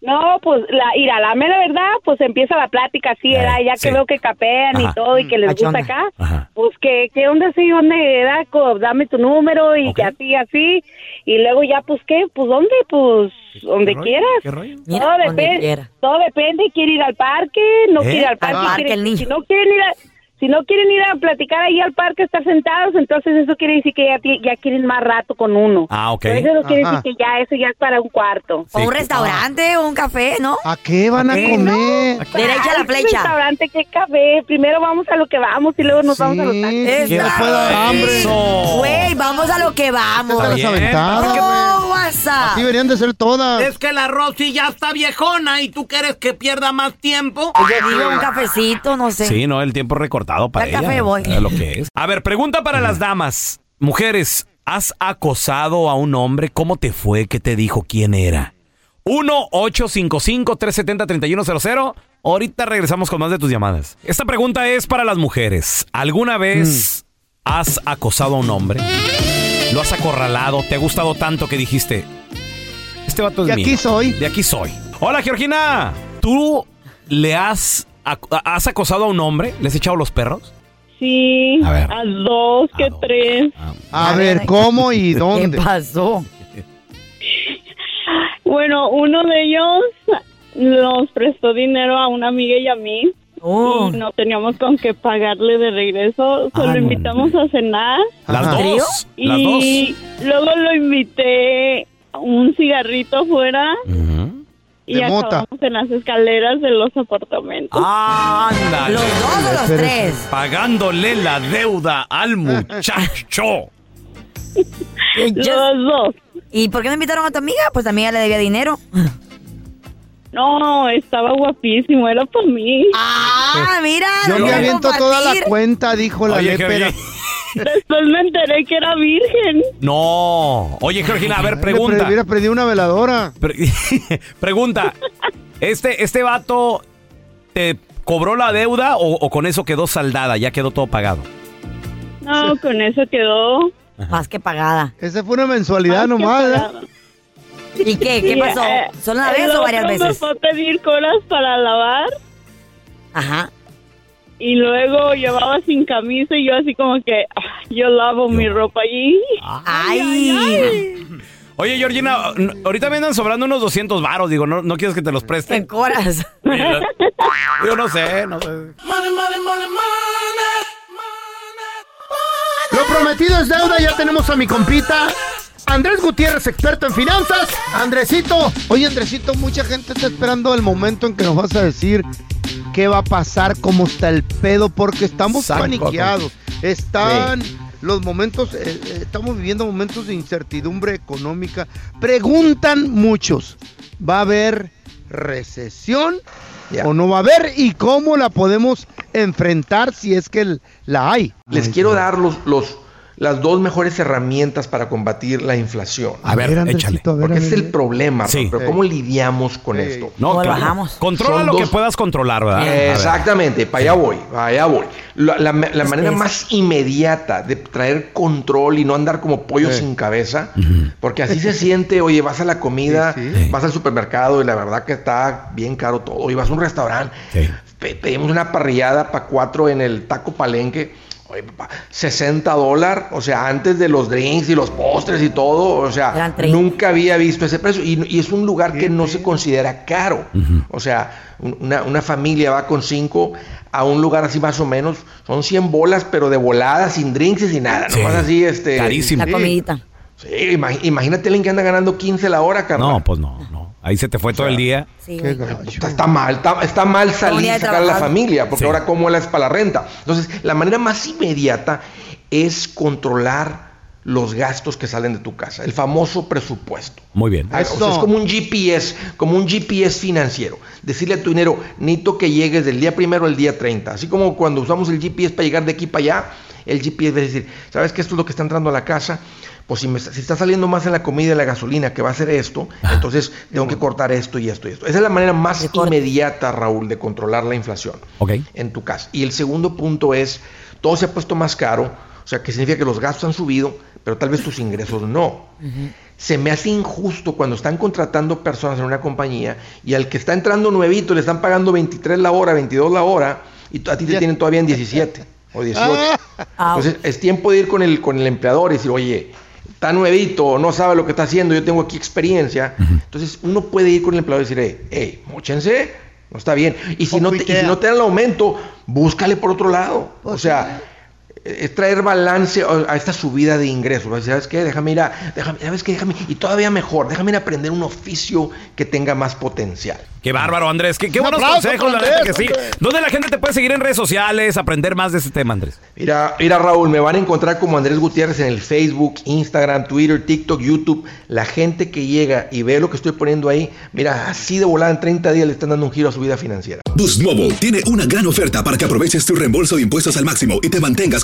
Speaker 11: No, pues la ira, la mera verdad, pues empieza la plática así, era ya
Speaker 1: sí.
Speaker 11: que veo que capean
Speaker 1: Ajá.
Speaker 11: y todo y que les
Speaker 1: Ah, ¿qué onda?
Speaker 11: gusta acá.
Speaker 1: Ajá.
Speaker 11: Pues que qué onda sí, dónde era, Co- dame tu número y que así así y luego ya pues qué, pues dónde, pues donde
Speaker 12: rollo?
Speaker 11: quieras.
Speaker 12: ¿Qué rollo?
Speaker 11: Todo
Speaker 12: Mira, donde
Speaker 11: depende-
Speaker 12: quiera.
Speaker 11: Todo depende, quiere ir al parque, no
Speaker 12: ¿Eh?
Speaker 11: quiere ir al
Speaker 12: Al
Speaker 11: parque,
Speaker 12: parque
Speaker 11: quiere-
Speaker 12: el niño.
Speaker 11: si no quieren ir a si no quieren ir a platicar ahí al parque, estar sentados, entonces eso quiere decir que ya, ti- ya quieren más rato con uno.
Speaker 1: Ah, ok.
Speaker 11: Pero eso no quiere
Speaker 1: Ajá.
Speaker 11: decir que ya eso ya es para un cuarto.
Speaker 3: O un restaurante o un café, ¿no?
Speaker 4: ¿A qué van a comer?
Speaker 3: Derecha a la
Speaker 11: Ay, qué
Speaker 3: flecha.
Speaker 11: restaurante, qué café. Primero vamos a lo que vamos y luego nos vamos a los tacos.
Speaker 4: ¿Quién les puede dar hambre?
Speaker 3: Güey, vamos a lo que vamos.
Speaker 4: Está las bien. aventadas.
Speaker 3: No, WhatsApp.
Speaker 4: Así deberían de ser todas.
Speaker 7: Es que la Rosy ya está viejona y tú quieres que pierda más tiempo.
Speaker 3: Yo digo un cafecito, no sé.
Speaker 1: Sí, no, el tiempo recortado para
Speaker 3: Al
Speaker 1: ella,
Speaker 3: café voy.
Speaker 1: a lo que es. A ver, pregunta para las damas. Mujeres, ¿has acosado a un hombre? ¿Cómo te fue? ¿Qué te dijo? ¿Quién era? 1-855-370-3100. Ahorita regresamos con más de tus llamadas. Esta pregunta es para las mujeres. ¿Alguna vez
Speaker 3: Mm.
Speaker 1: has acosado a un hombre? ¿Lo has acorralado? ¿Te ha gustado tanto que dijiste, este vato es
Speaker 4: De
Speaker 1: mío.
Speaker 4: aquí soy.
Speaker 1: De aquí soy. Hola, Georgina. ¿Tú le has, ac- has acosado a un hombre? ¿Le has echado los perros?
Speaker 11: Sí,
Speaker 1: A ver.
Speaker 11: a, dos, que tres.
Speaker 4: A ver,
Speaker 11: *laughs*
Speaker 4: ¿cómo y dónde?
Speaker 11: ¿Qué pasó? Bueno, uno de ellos nos prestó dinero a una amiga y a mí.
Speaker 12: Oh.
Speaker 11: Y no teníamos con qué pagarle de regreso. Solo invitamos a cenar.
Speaker 12: ¿Las Ajá. dos?
Speaker 11: Y
Speaker 12: ¿Las dos?
Speaker 11: luego lo invité a un cigarrito afuera. Y
Speaker 12: De mota.
Speaker 11: acabamos en las escaleras de los apartamentos.
Speaker 1: Ándale.
Speaker 11: Los dos o los tres.
Speaker 1: Pagándole la deuda al
Speaker 4: *laughs*
Speaker 1: muchacho.
Speaker 3: Los dos. ¿Y por qué no invitaron a tu amiga? Pues tu amiga le debía dinero.
Speaker 11: No, estaba guapísimo, era para mí.
Speaker 3: Ah, mira. lo
Speaker 4: Yo me
Speaker 3: voy a
Speaker 4: aviento toda la
Speaker 3: compartir.
Speaker 4: cuenta, dijo la
Speaker 1: Oye,
Speaker 4: lepera.
Speaker 1: Georgina.
Speaker 11: Después me enteré que era virgen.
Speaker 1: No. Oye, Georgina, a ver,
Speaker 4: Me pre-
Speaker 1: pregunta.
Speaker 4: hubiera prendido una veladora.
Speaker 1: Pre- pregunta. ¿Este, ¿Este vato te cobró la deuda o, o con eso quedó saldada? Ya quedó todo pagado.
Speaker 11: No, con eso quedó.
Speaker 3: Más que pagada.
Speaker 4: Esa fue una mensualidad nomás. ¿eh? ¿verdad?
Speaker 3: ¿Y qué? ¿Qué
Speaker 11: Sí,
Speaker 3: pasó?
Speaker 11: eh,
Speaker 3: ¿Solo una
Speaker 11: el
Speaker 3: vez o
Speaker 11: otro
Speaker 3: varias
Speaker 11: Me
Speaker 3: veces?
Speaker 11: fue a pedir colas para lavar
Speaker 3: Ajá.
Speaker 11: y luego llevaba sin camisa y yo así como que ah, yo lavo mi ropa allí.
Speaker 3: Ay.
Speaker 1: Oye, Georgina, n- ahorita me andan sobrando unos 200 varos. Digo, ¿no, no quieres que te los preste?
Speaker 3: coras.
Speaker 1: Yo no sé, no sé.
Speaker 4: Lo prometido es deuda, ya tenemos a mi compita. Andrés Gutiérrez, experto en finanzas. Andresito. Oye, Andresito, mucha gente está esperando el momento en que nos vas a decir qué va a pasar, cómo está el pedo, porque estamos
Speaker 1: Saco,
Speaker 4: paniqueados. Están los momentos, eh, eh, estamos viviendo momentos de incertidumbre económica. Preguntan muchos, ¿va a haber recesión o no va a haber? ¿Y cómo la podemos enfrentar si es que el- la hay?
Speaker 13: Les quiero dar los, los- las dos mejores herramientas para combatir la inflación.
Speaker 1: A ver, ver, Andresito, échale. a ver,
Speaker 13: Porque
Speaker 1: a
Speaker 13: es
Speaker 1: ver.
Speaker 13: el problema,
Speaker 1: Sí.
Speaker 13: pero ¿cómo lidiamos con esto?
Speaker 1: No, claro. Controla
Speaker 13: Son
Speaker 1: lo que
Speaker 13: dos-
Speaker 1: puedas controlar, ¿verdad? A ver.
Speaker 13: Exactamente, para allá voy, para allá voy. La, la- la manera más inmediata de traer control y no andar como pollo sin cabeza,
Speaker 1: Mm.
Speaker 14: Mm-hmm.
Speaker 13: porque así se siente, oye, vas a la comida, vas al supermercado y la verdad que está bien caro todo, y vas a un restaurante, pe- pedimos una parrillada para cuatro en el taco palenque. oye, papá, 60 dólares, o sea, antes de los drinks y los postres y todo, o sea, nunca había visto ese precio. Y, y es un lugar que no se considera caro. O sea, un- una, una familia va con cinco a un lugar así más o menos, son 100 bolas, pero de volada, sin drinks y sin nada.
Speaker 1: Sí.
Speaker 13: Nomás así, este.
Speaker 1: Carísimo.
Speaker 3: La comidita.
Speaker 13: Sí, imag- imagínate alguien que anda ganando 15 la hora, carnal.
Speaker 1: No, pues no, no. Ahí se te fue todo el día.
Speaker 13: Qué gacho. está, está mal, está, está mal salir y
Speaker 1: día de
Speaker 13: sacar a la
Speaker 1: trabajar.
Speaker 13: familia, porque
Speaker 1: Sí.
Speaker 13: ahora cómo la es para la renta. Entonces, la manera más inmediata es controlar los gastos que salen de tu casa, el famoso presupuesto.
Speaker 1: Muy bien.
Speaker 13: Ah, o sea, es como un GPS, como un GPS financiero. Decirle a tu dinero, necesito que llegues del día primero al día 30. Así como cuando usamos el GPS para llegar de aquí para allá, el GPS va a decir, ¿sabes qué? Esto es lo que está entrando a la casa. Pues si, me está, si está saliendo más en la comida y la gasolina que va a ser esto, entonces tengo que cortar esto y esto y esto. Esa es la manera más inmediata, Raúl, de controlar la inflación
Speaker 1: Ok.
Speaker 13: en tu casa. Y el segundo punto es, todo se ha puesto más caro, o sea, que significa que los gastos han subido, pero tal vez tus ingresos no. Se me hace injusto cuando están contratando personas en una compañía y al que está entrando nuevito le están pagando 23 la hora, 22 la hora y t- a ti te tienen todavía en 17 o 18.
Speaker 4: Pues
Speaker 13: Entonces es tiempo de ir con el, con el empleador y decir, oye, está nuevito, no sabe lo que está haciendo, yo tengo aquí experiencia. Entonces uno puede ir con el empleador y decir, hey, hey móchense, no está bien. Y si, no te, y si no te dan el aumento, búscale por otro lado. o sea eh, es traer balance a a esta subida de ingresos. Vas a decir, ¿Sabes qué? Déjame ir a, déjame, ¿sabes qué? Déjame, y todavía mejor, déjame ir a aprender un oficio que tenga más potencial.
Speaker 1: Qué bárbaro, Andrés. Qué, qué
Speaker 13: Un
Speaker 1: buenos
Speaker 13: aplauso
Speaker 1: consejos, la
Speaker 13: para
Speaker 1: neta que
Speaker 13: Andrés,
Speaker 1: sí.
Speaker 13: hombre.
Speaker 1: ¿Dónde la gente te puede seguir en redes sociales, aprender más de este tema, Andrés?
Speaker 13: Mira, mira Raúl, me van a encontrar como Andrés Gutiérrez en el Facebook, Instagram, Twitter, TikTok, YouTube. La gente que llega y ve lo que estoy poniendo ahí, mira, así de volada en 30 días le están dando un giro a su vida financiera.
Speaker 9: Boost Mobile tiene una gran oferta para que aproveches tu reembolso de impuestos al máximo y te mantengas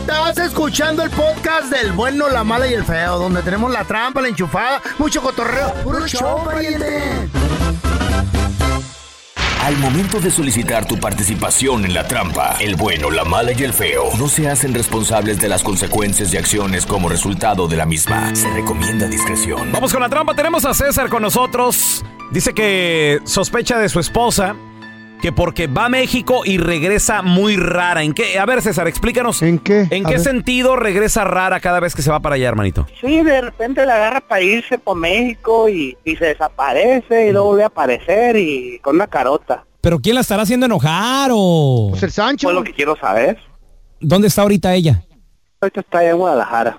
Speaker 4: Estás escuchando el podcast del bueno, la mala y el feo, donde tenemos la trampa, la enchufada, mucho cotorreo. ¡Puro show, pariente!
Speaker 2: Al momento de solicitar tu participación en la trampa, el bueno, la mala y el feo no se hacen responsables de las consecuencias y acciones como resultado de la misma. Se recomienda discreción.
Speaker 1: Vamos con la trampa. Tenemos a César con nosotros. Dice que sospecha de su esposa que porque va a México y regresa muy rara. ¿En qué? A ver, César, explícanos. ¿En qué? ¿En
Speaker 4: A
Speaker 1: qué
Speaker 4: ver.
Speaker 1: sentido regresa rara cada vez que se va para allá, hermanito?
Speaker 12: Sí, de repente la agarra para irse por México y, y se desaparece y luego vuelve a aparecer y con una carota.
Speaker 15: ¿Pero quién la estará haciendo enojar o...?
Speaker 4: Pues el Sancho.
Speaker 12: Fue lo que quiero saber.
Speaker 15: ¿Dónde está ahorita ella?
Speaker 12: Ahorita está allá en Guadalajara.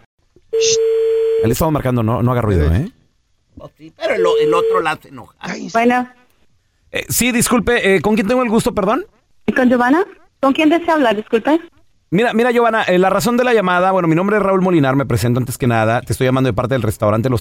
Speaker 1: Le estamos marcando, no, no haga ruido, ¿eh?
Speaker 7: Pero el, o- el otro la hace enojar.
Speaker 16: Bueno,
Speaker 1: Eh, sí, disculpe, eh, ¿con quién tengo el gusto, perdón?
Speaker 16: ¿y con Giovanna? ¿Con quién desea hablar? Disculpe.
Speaker 1: Mira, mira, Giovanna, eh, la razón de la llamada, bueno, mi nombre es Raúl Molinar, me presento antes que nada, te estoy llamando de parte del restaurante Los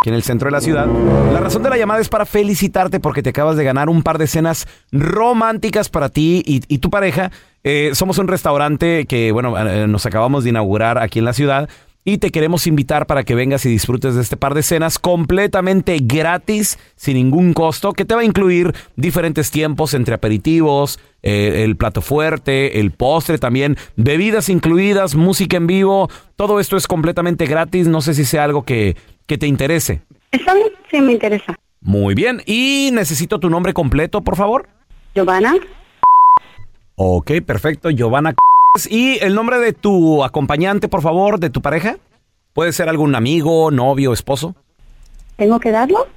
Speaker 1: aquí en el centro de la ciudad. La razón de la llamada es para felicitarte porque te acabas de ganar un par de cenas románticas para ti y, y tu pareja. Eh, somos un restaurante que, bueno, eh, nos acabamos de inaugurar aquí en la ciudad y te queremos invitar para que vengas y disfrutes de este par de cenas completamente gratis, sin ningún costo, que te va a incluir diferentes tiempos entre aperitivos, eh, el plato fuerte, el postre también, bebidas incluidas, música en vivo, todo esto es completamente gratis, no sé si sea algo que, que te interese.
Speaker 16: ¿Está bien? Sí, me interesa.
Speaker 1: Muy bien, y necesito tu nombre completo, por favor.
Speaker 16: Giovanna,
Speaker 1: Ok, perfecto, Giovanna. Y el nombre de tu acompañante, por favor, de tu pareja. Puede ser algún amigo, novio, esposo.
Speaker 16: ¿tengo que darlo?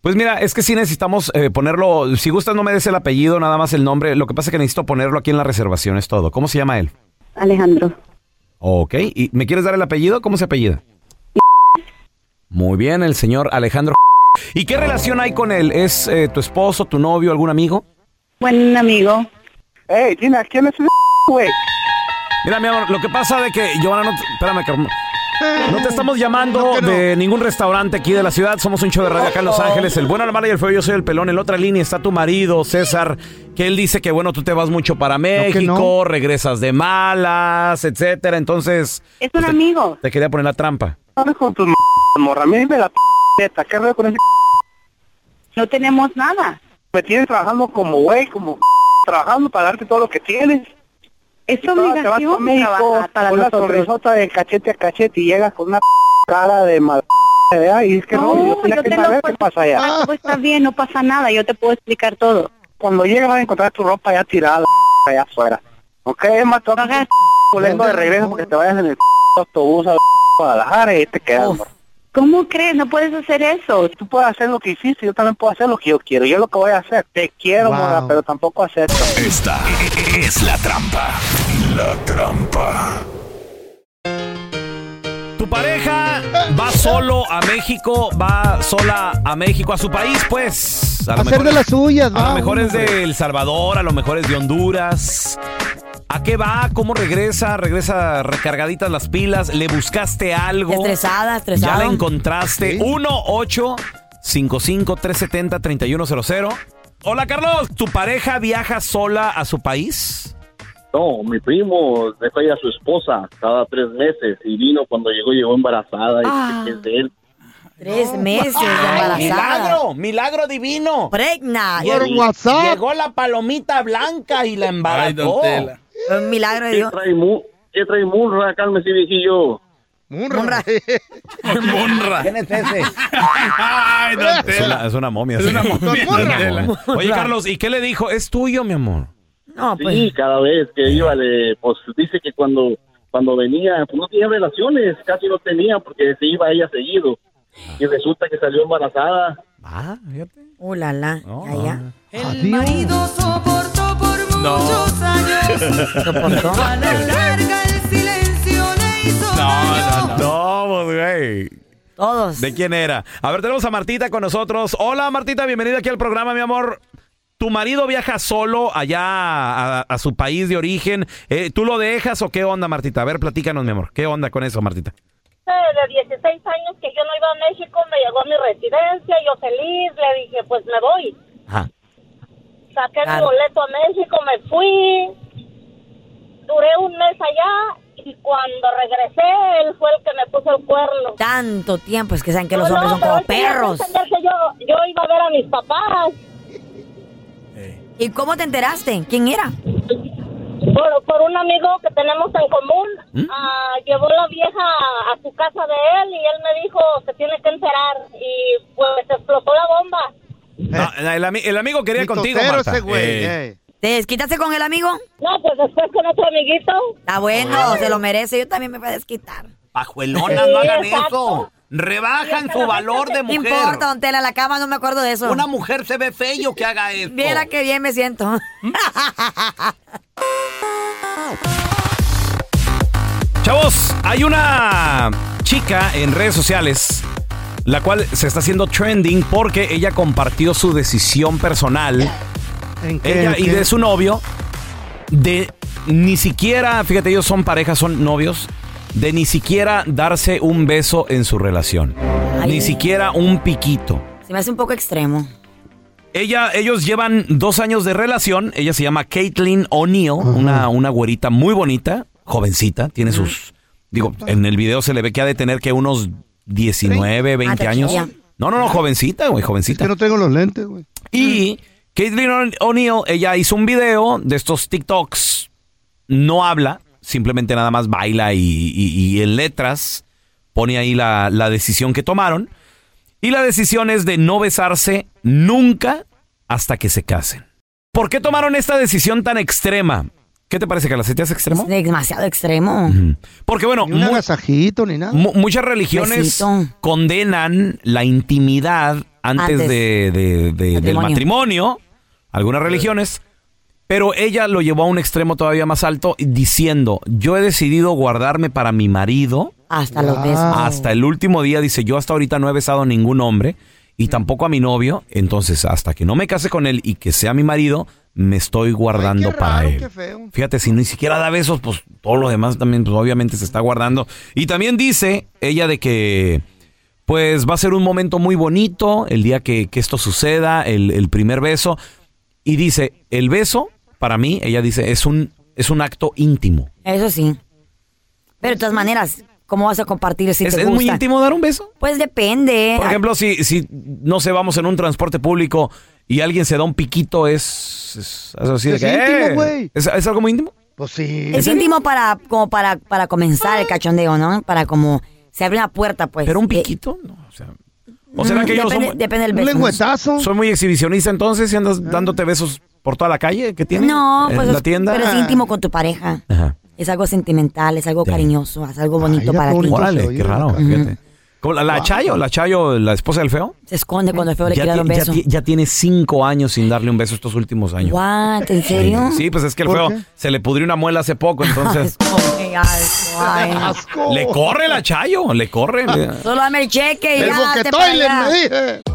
Speaker 1: Pues mira, es que sí necesitamos eh, ponerlo. Si gustas, no me des el apellido, nada más el nombre. Lo que pasa es que necesito ponerlo aquí en la reservación, es todo. ¿Cómo se llama él?
Speaker 16: Alejandro.
Speaker 1: Ok. ¿Y me quieres dar el apellido? ¿Cómo se apellida? Muy bien, el señor Alejandro. ¿Y qué relación hay con él? ¿Es eh, tu esposo, tu novio, algún amigo?
Speaker 16: Buen amigo.
Speaker 12: Ey, Gina, ¿quién es ese *laughs* güey?
Speaker 1: Mira, mi amor, lo que pasa de que, Giovanna, no te- espérame, carnal. No te estamos llamando de ningún restaurante aquí de la ciudad. Somos un show de radio acá en Los Ángeles. El bueno, la mala y el feo. Yo soy el pelón. En la otra línea está tu marido, César, que él dice que, bueno, tú te vas mucho para México, regresas de malas, etcétera. Entonces,
Speaker 16: Es un amigo.
Speaker 1: te quería poner la trampa.
Speaker 12: Dame con tus m- morra, a mí me la p- neta, ¿qué rollo con ese
Speaker 16: No tenemos nada.
Speaker 12: Me tienes trabajando como güey, como p- trabajando para darte todo lo que tienes.
Speaker 16: Es
Speaker 12: Y todavía te vas
Speaker 16: obligación
Speaker 12: pa' México
Speaker 16: trabajar para
Speaker 12: con una
Speaker 16: nosotros.
Speaker 12: sonrisota de cachete a cachete y llegas con una p- cara de mal ¿verdad? Y es que no, yo tenía
Speaker 16: yo
Speaker 12: que
Speaker 16: te lo
Speaker 12: saber qué
Speaker 16: puedo-
Speaker 12: pasa allá.
Speaker 16: Ah, todo está bien, no pasa nada, yo te puedo explicar todo.
Speaker 12: Cuando llegas a encontrar tu ropa ya tirada allá afuera. Ok, es más, tú hagas de regreso porque te vayas en el autobús a Guadalajara y te quedas. bro.
Speaker 16: ¿Cómo crees? No puedes hacer eso.
Speaker 12: Tú puedes hacer lo que hiciste, yo también puedo hacer lo que yo quiero. Yo lo que voy a hacer, te quiero, mora, pero tampoco acepto.
Speaker 2: Esta es la trampa. La trampa.
Speaker 1: Tu pareja va solo a México, va sola a México, a su país, pues. A lo
Speaker 4: Hacer de las *laughs* suyas,
Speaker 1: A
Speaker 4: va,
Speaker 1: lo mejor
Speaker 4: uno,
Speaker 1: es de El Salvador, a lo mejor es de Honduras. ¿A qué va? ¿Cómo regresa? ¿Regresa recargaditas las pilas? ¿Le buscaste algo?
Speaker 3: Estresada,
Speaker 1: ¿Ya
Speaker 3: estresado.
Speaker 1: la encontraste? 1-855-370-3100. Hola, Carlos. ¿Tu pareja viaja sola a su país?
Speaker 17: No, mi primo dejó ahí a su esposa cada tres meses y vino cuando llegó, llegó embarazada y
Speaker 3: Ah.
Speaker 17: que es de él.
Speaker 3: Tres meses de
Speaker 1: Ay,
Speaker 3: embarazada.
Speaker 1: milagro, milagro divino.
Speaker 3: Pregna.
Speaker 1: Lleg- Llegó la palomita blanca y la embarazó.
Speaker 3: Ay, don Tela. Un milagro de
Speaker 17: ¿Qué
Speaker 3: Dios.
Speaker 17: trae, mu ¿Qué trae Munra? Cálmese, viejillo.
Speaker 4: Munra.
Speaker 1: Munra.
Speaker 17: ¿Quién es ese?
Speaker 1: Ay, don *laughs* Es una, es una momia. *laughs* Es una momia. Oye, Carlos, ¿y qué le dijo? Es tuyo, mi amor.
Speaker 3: No,
Speaker 17: pues. Sí, cada vez que iba, le, pues dice que cuando, cuando venía, pues no tenía relaciones, casi no tenía porque se iba ella seguido. Y resulta que salió embarazada.
Speaker 1: Ah, fíjate. ah.
Speaker 3: Uh, la, la. Allá.
Speaker 4: El marido
Speaker 18: soportó por
Speaker 1: *laughs* No.
Speaker 18: muchos años. A la larga el silencio le hizo
Speaker 1: No, no, no. pues, güey.
Speaker 3: Todos.
Speaker 1: ¿De quién era? A ver, tenemos a Martita con nosotros. Hola, Martita, bienvenida aquí al programa, mi amor. ¿Tu marido viaja solo allá a, a su país de origen? Eh, ¿Tú lo dejas o qué onda, Martita? A ver, platícanos, mi amor. ¿Qué onda con eso, Martita?
Speaker 19: Eh, de 16 años que yo no iba a México, me llegó a mi residencia, yo feliz, le dije, pues me voy.
Speaker 1: Ajá.
Speaker 19: Saqué
Speaker 1: Claro.
Speaker 19: mi boleto a México, me fui, duré un mes allá y cuando regresé, él fue el que me puso el cuerno.
Speaker 3: Tanto tiempo, es pues que saben que los
Speaker 19: No,
Speaker 3: hombres
Speaker 19: no,
Speaker 3: son
Speaker 19: pero
Speaker 3: como
Speaker 19: él quería
Speaker 3: perros.
Speaker 19: pretender que yo, yo iba a ver a mis papás.
Speaker 3: ¿Y cómo te enteraste? ¿Quién era?
Speaker 19: Por, por un amigo que tenemos en común, ah, llevó la vieja a su casa de él y él me dijo, se tiene que enterar. Y pues explotó la bomba.
Speaker 1: No, el, ami- el amigo quería contigo,
Speaker 3: Mitotero
Speaker 1: Marta.
Speaker 3: Eh. ese güey,
Speaker 1: Eh,
Speaker 3: ¿Te desquitaste con el amigo?
Speaker 19: No, pues después con otro amiguito.
Speaker 3: Está bueno,
Speaker 7: Ay.
Speaker 3: se lo merece. Yo también me voy a desquitar.
Speaker 7: Pajuelonas, no hagan eso. Rebajan su valor de mujer.
Speaker 3: No importa, don Tela, la cama, no me acuerdo de eso.
Speaker 7: Una mujer se ve feo que haga ¿Mm? esto.
Speaker 3: Viera que bien me siento.
Speaker 1: Chavos, hay una chica en redes sociales la cual se está haciendo trending porque ella compartió su decisión personal
Speaker 4: qué?
Speaker 1: ella
Speaker 4: ¿En
Speaker 1: y
Speaker 4: qué?
Speaker 1: de su novio de ni siquiera, fíjate, ellos son pareja, son novios, de ni siquiera darse un beso en su relación, ni siquiera un piquito.
Speaker 3: *laughs* Se me hace un poco extremo.
Speaker 1: Ella, ellos llevan dos años de relación. Ella se llama Caitlyn O'Neill, una, una güerita muy bonita, jovencita, tiene sus. Digo, en el video se le ve que ha de tener que unos 19, 20
Speaker 4: Ah,
Speaker 1: años.
Speaker 4: ya.
Speaker 1: No, no, no, jovencita, güey, jovencita.
Speaker 4: Que no tengo los lentes, güey.
Speaker 1: Y Caitlyn O- O'Neill, ella hizo un video de estos TikToks. No habla, simplemente nada más baila y, y- y en letras pone ahí la, la decisión que tomaron. Y la decisión es de no besarse nunca hasta que se casen. ¿Por qué tomaron esta decisión tan extrema? ¿Qué te parece, Carla? ¿Se te hace extremo?
Speaker 3: Demasiado extremo.
Speaker 1: Porque bueno,
Speaker 4: Ni un
Speaker 1: mu-
Speaker 4: agasajito ni nada.
Speaker 1: mu- muchas religiones
Speaker 4: Besito.
Speaker 1: condenan la intimidad antes,
Speaker 4: Antes.
Speaker 1: de- de- de- del
Speaker 4: Matrimonio.
Speaker 1: matrimonio, algunas religiones, pero ella lo llevó a un extremo todavía más alto diciendo, yo he decidido guardarme para mi marido
Speaker 3: Hasta los besos.
Speaker 1: hasta el último día, dice, yo hasta ahorita no he besado a ningún hombre y tampoco a mi novio, entonces hasta que no me case con él y que sea mi marido, me estoy guardando para él. Fíjate, si ni siquiera da besos, pues todo lo demás también, pues obviamente se está guardando. Y también dice ella de que, pues va a ser un momento muy bonito el día que, que esto suceda, el, el primer beso. Y dice, el beso, para mí, ella dice, es un, es un acto íntimo.
Speaker 3: Eso sí. Pero de todas maneras, ¿cómo vas a compartir si
Speaker 1: ¿Es-
Speaker 3: te
Speaker 1: es muy
Speaker 3: gusta?
Speaker 1: íntimo dar un beso?
Speaker 3: Pues depende.
Speaker 1: Por ejemplo, si, si no se vamos en un transporte público y alguien se da un piquito, es, es- es así de
Speaker 3: Es
Speaker 1: que,
Speaker 3: íntimo,
Speaker 1: "Eh".
Speaker 3: güey.
Speaker 1: ¿Es, es algo muy íntimo?
Speaker 4: Pues sí.
Speaker 3: Es íntimo para como para para comenzar el cachondeo, ¿no? Para como se abre una puerta, pues. mm,
Speaker 1: ¿Pero un piquito? No, o sea... ¿O será que yo
Speaker 3: depende,
Speaker 1: soy-
Speaker 3: depende del beso.
Speaker 1: ¿Soy muy exhibicionista entonces y
Speaker 3: Ah.
Speaker 1: andas dándote besos por toda la calle que tienes?
Speaker 3: No,
Speaker 1: ¿En
Speaker 3: pues
Speaker 1: la tienda?
Speaker 3: pero es íntimo con tu pareja.
Speaker 1: Ajá.
Speaker 3: Es algo sentimental, es algo cariñoso, es algo bonito para ti.
Speaker 1: Órale, qué raro, fíjate. Como la, la Chayo, la Chayo, la esposa del feo.
Speaker 3: Se esconde cuando el feo le
Speaker 1: Ya,
Speaker 3: quiere dar
Speaker 1: ti-
Speaker 3: un
Speaker 1: ya
Speaker 3: beso.
Speaker 1: ti- ya tiene cinco años sin darle un beso estos últimos años.
Speaker 3: What, ¿en serio?
Speaker 1: Sí, pues es que el
Speaker 3: ¿Por
Speaker 1: feo
Speaker 3: qué?
Speaker 1: se le pudrió una muela hace poco,
Speaker 3: *laughs*
Speaker 1: entonces
Speaker 3: Qué asco, ay, no. Oh.
Speaker 1: le corre la Chayo, le corre. le-
Speaker 3: Solo dame el cheque y
Speaker 9: El
Speaker 3: ya te
Speaker 9: boquetoiler,
Speaker 3: paga.
Speaker 9: me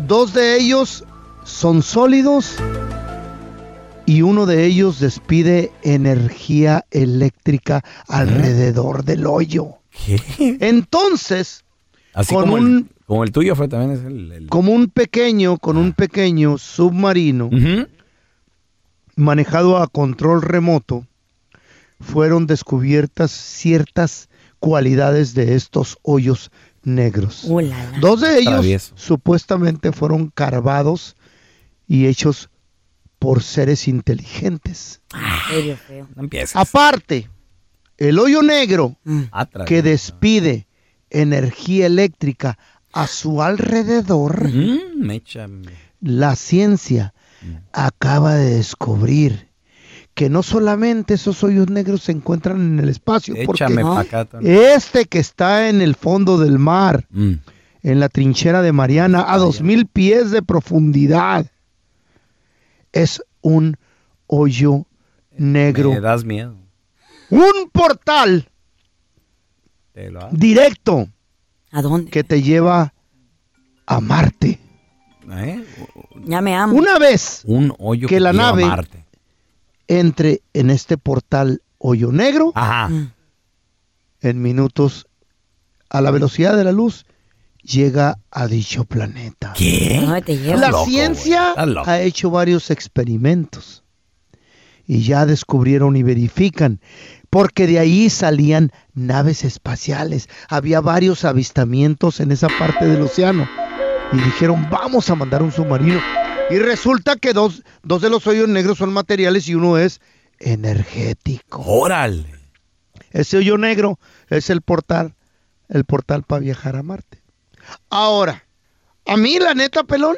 Speaker 4: Dos de ellos son sólidos y uno de ellos despide energía eléctrica alrededor
Speaker 1: *laughs*
Speaker 4: del hoyo. Entonces,
Speaker 1: Así
Speaker 4: con
Speaker 1: como,
Speaker 4: un
Speaker 1: el, como el tuyo fue también es el, Ah. el-
Speaker 4: como un pequeño, con un pequeño submarino manejado a control remoto, fueron descubiertas ciertas cualidades de estos hoyos negros. Dos de ellos
Speaker 1: Travieso.
Speaker 4: supuestamente fueron carvados y hechos por seres inteligentes.
Speaker 3: Serio, feo.
Speaker 4: Aparte, el hoyo negro
Speaker 1: Atrás.
Speaker 4: que despide energía eléctrica a su alrededor,
Speaker 1: Mecha.
Speaker 4: la ciencia
Speaker 1: Mm.
Speaker 4: acaba de descubrir que no solamente esos hoyos negros se encuentran en el espacio,
Speaker 1: Échame pa'
Speaker 4: porque
Speaker 1: acá también. Mm.
Speaker 4: este que está en el fondo del mar, en la trinchera de Mariana, a dos mil pies de profundidad, es un hoyo negro.
Speaker 1: Me eh, das miedo.
Speaker 4: Un portal
Speaker 1: Te lo hago.
Speaker 4: directo.
Speaker 3: ¿A dónde?
Speaker 4: Que te lleva a Marte.
Speaker 3: Ya me amo.
Speaker 4: Una vez
Speaker 1: Un hoyo
Speaker 4: que,
Speaker 1: que
Speaker 4: la
Speaker 1: te lleva a
Speaker 4: nave
Speaker 1: Marte.
Speaker 4: entre en este portal hoyo negro,
Speaker 3: Mm.
Speaker 4: en minutos, a la velocidad de la luz, llega a dicho planeta.
Speaker 3: ¿Qué? No, te llevo.
Speaker 4: La
Speaker 3: Loco,
Speaker 4: ciencia
Speaker 3: güey. Estás loco.
Speaker 4: ha hecho varios experimentos y ya descubrieron y verifican, porque de ahí salían naves espaciales. Había varios avistamientos en esa parte del océano y dijeron, vamos a mandar un submarino. Y resulta que dos, dos de los hoyos negros son materiales y uno es energético.
Speaker 1: Órale.
Speaker 4: Ese hoyo negro es el portal, el portal para viajar a Marte. Ahora, a mí la neta, pelón,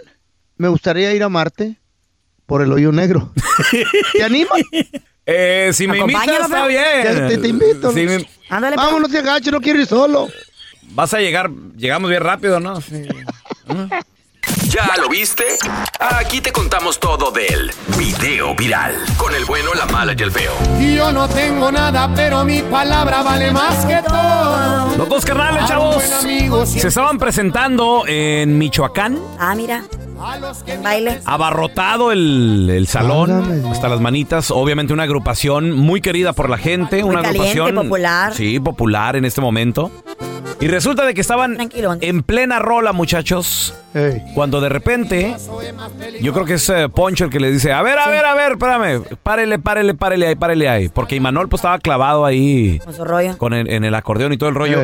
Speaker 4: me gustaría ir a Marte por el
Speaker 1: *laughs*
Speaker 4: hoyo negro. ¿Te animas?
Speaker 1: Eh, si me invitas,
Speaker 4: Acompáñalo,
Speaker 1: está
Speaker 4: pero-
Speaker 1: bien.
Speaker 4: Te- te- te invito,
Speaker 1: Si
Speaker 4: ¿no?
Speaker 1: me-
Speaker 4: Vámonos, te agacho, no quiero ir solo.
Speaker 1: vas a llegar, llegamos bien rápido, ¿no?
Speaker 2: ¿Ya lo viste? Aquí te contamos todo del video viral. Con el bueno, la mala y el feo.
Speaker 18: Y yo no tengo nada, pero mi palabra vale más que
Speaker 3: Ah,
Speaker 18: todo.
Speaker 1: Los dos carnales,
Speaker 18: A un
Speaker 1: chavos.
Speaker 18: buen amigo
Speaker 1: Se
Speaker 18: siempre-
Speaker 1: estaban presentando en Michoacán,
Speaker 3: Ah, mira. En baile.
Speaker 1: abarrotado el, el salón, hasta las manitas. Obviamente una agrupación muy querida por la gente, una
Speaker 3: caliente,
Speaker 1: agrupación
Speaker 3: popular.
Speaker 1: Sí, popular en este momento. Y resulta de que estaban en plena rola, muchachos. Cuando de repente, yo creo que es eh, Poncho el que le dice, a ver, a ver, a ver, espérame, párele, párele, párele ahí, párele ahí. Porque Imanol pues estaba clavado ahí
Speaker 3: Con su rollo.
Speaker 1: con el- en el acordeón y todo el rollo.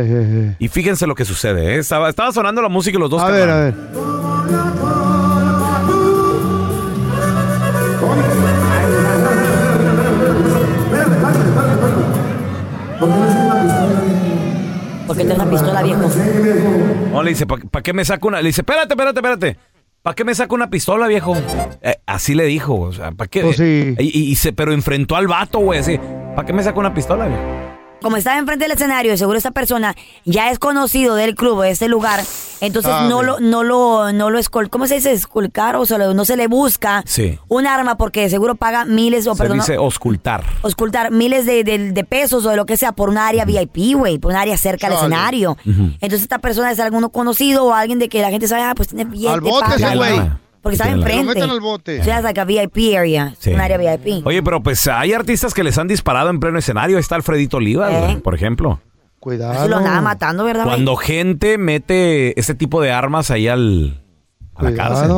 Speaker 1: Y fíjense lo que sucede, ¿eh? Estaba, estaba sonando la música y los dos
Speaker 4: A ver, a ver.
Speaker 3: ¿Por qué traes la pistola, viejo?
Speaker 1: No, le dice, ¿para qué me saco una? Le dice, espérate, espérate, espérate. ¿Para qué me saco una pistola, viejo? Eh, así le dijo, o sea, ¿para qué?
Speaker 20: Pues sí.
Speaker 1: y, y- y se, pero enfrentó al vato, güey, así. ¿Para qué me saco una pistola, viejo?
Speaker 3: Como estaba enfrente del escenario, seguro esta persona ya es conocido del club o de este lugar, entonces
Speaker 1: Ah,
Speaker 3: no
Speaker 1: mira.
Speaker 3: lo, no lo, no lo escol, ¿cómo se dice? Esculcar o se lo- no se le busca
Speaker 1: Sí.
Speaker 3: un arma porque seguro paga miles o
Speaker 1: Se
Speaker 3: perdón,
Speaker 1: dice auscultar.
Speaker 3: ocultar miles de, de- de pesos o de lo que sea por un área VIP, güey, por un área cerca del
Speaker 1: Chale.
Speaker 3: escenario.
Speaker 1: Ujú.
Speaker 3: Entonces esta persona es alguno conocido o alguien de que la gente sabe, ah, pues tiene billete.
Speaker 1: Al bote
Speaker 3: paga,
Speaker 1: ese güey.
Speaker 3: Porque está
Speaker 1: Que lo
Speaker 3: enfrente.
Speaker 1: metan al
Speaker 3: bote. O sea, es like a VIP area,
Speaker 1: Sí.
Speaker 3: un área VIP.
Speaker 1: Oye, pero pues hay artistas que les han disparado en pleno escenario. Ahí Está Alfredito Olivas,
Speaker 3: ¿Eh?
Speaker 1: güey, por ejemplo.
Speaker 3: Así
Speaker 1: Cuidado.
Speaker 3: lo andaba matando, ¿verdad? güey?
Speaker 1: Cuando gente mete ese tipo de armas ahí al, a la cárcel.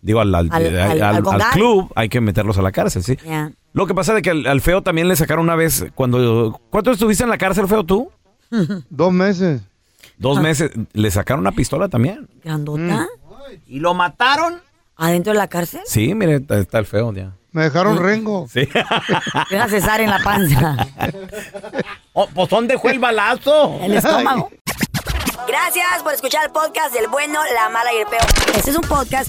Speaker 1: Digo, al, al-
Speaker 3: Al- al-
Speaker 1: al-
Speaker 3: al
Speaker 1: al
Speaker 3: congal.
Speaker 1: club hay que meterlos a la cárcel, sí.
Speaker 3: Ya.
Speaker 1: Lo que pasa es que al, al feo también le sacaron una vez cuando ¿cuánto estuviste en la cárcel feo tú?
Speaker 3: *laughs*
Speaker 20: Dos meses.
Speaker 1: Dos meses le sacaron una pistola también.
Speaker 3: Grandota.
Speaker 7: ¿Y lo mataron?
Speaker 3: ¿Adentro de la cárcel?
Speaker 1: Sí, mire, está, está el feo ya.
Speaker 20: Me dejaron
Speaker 1: Mm.
Speaker 20: rengo.
Speaker 1: Sí.
Speaker 3: Era cesárea en la panza.
Speaker 7: Oh, pues ¿dónde fue el balazo?
Speaker 3: El estómago. Gracias por escuchar el podcast del bueno, la mala y el peor. Este es un podcast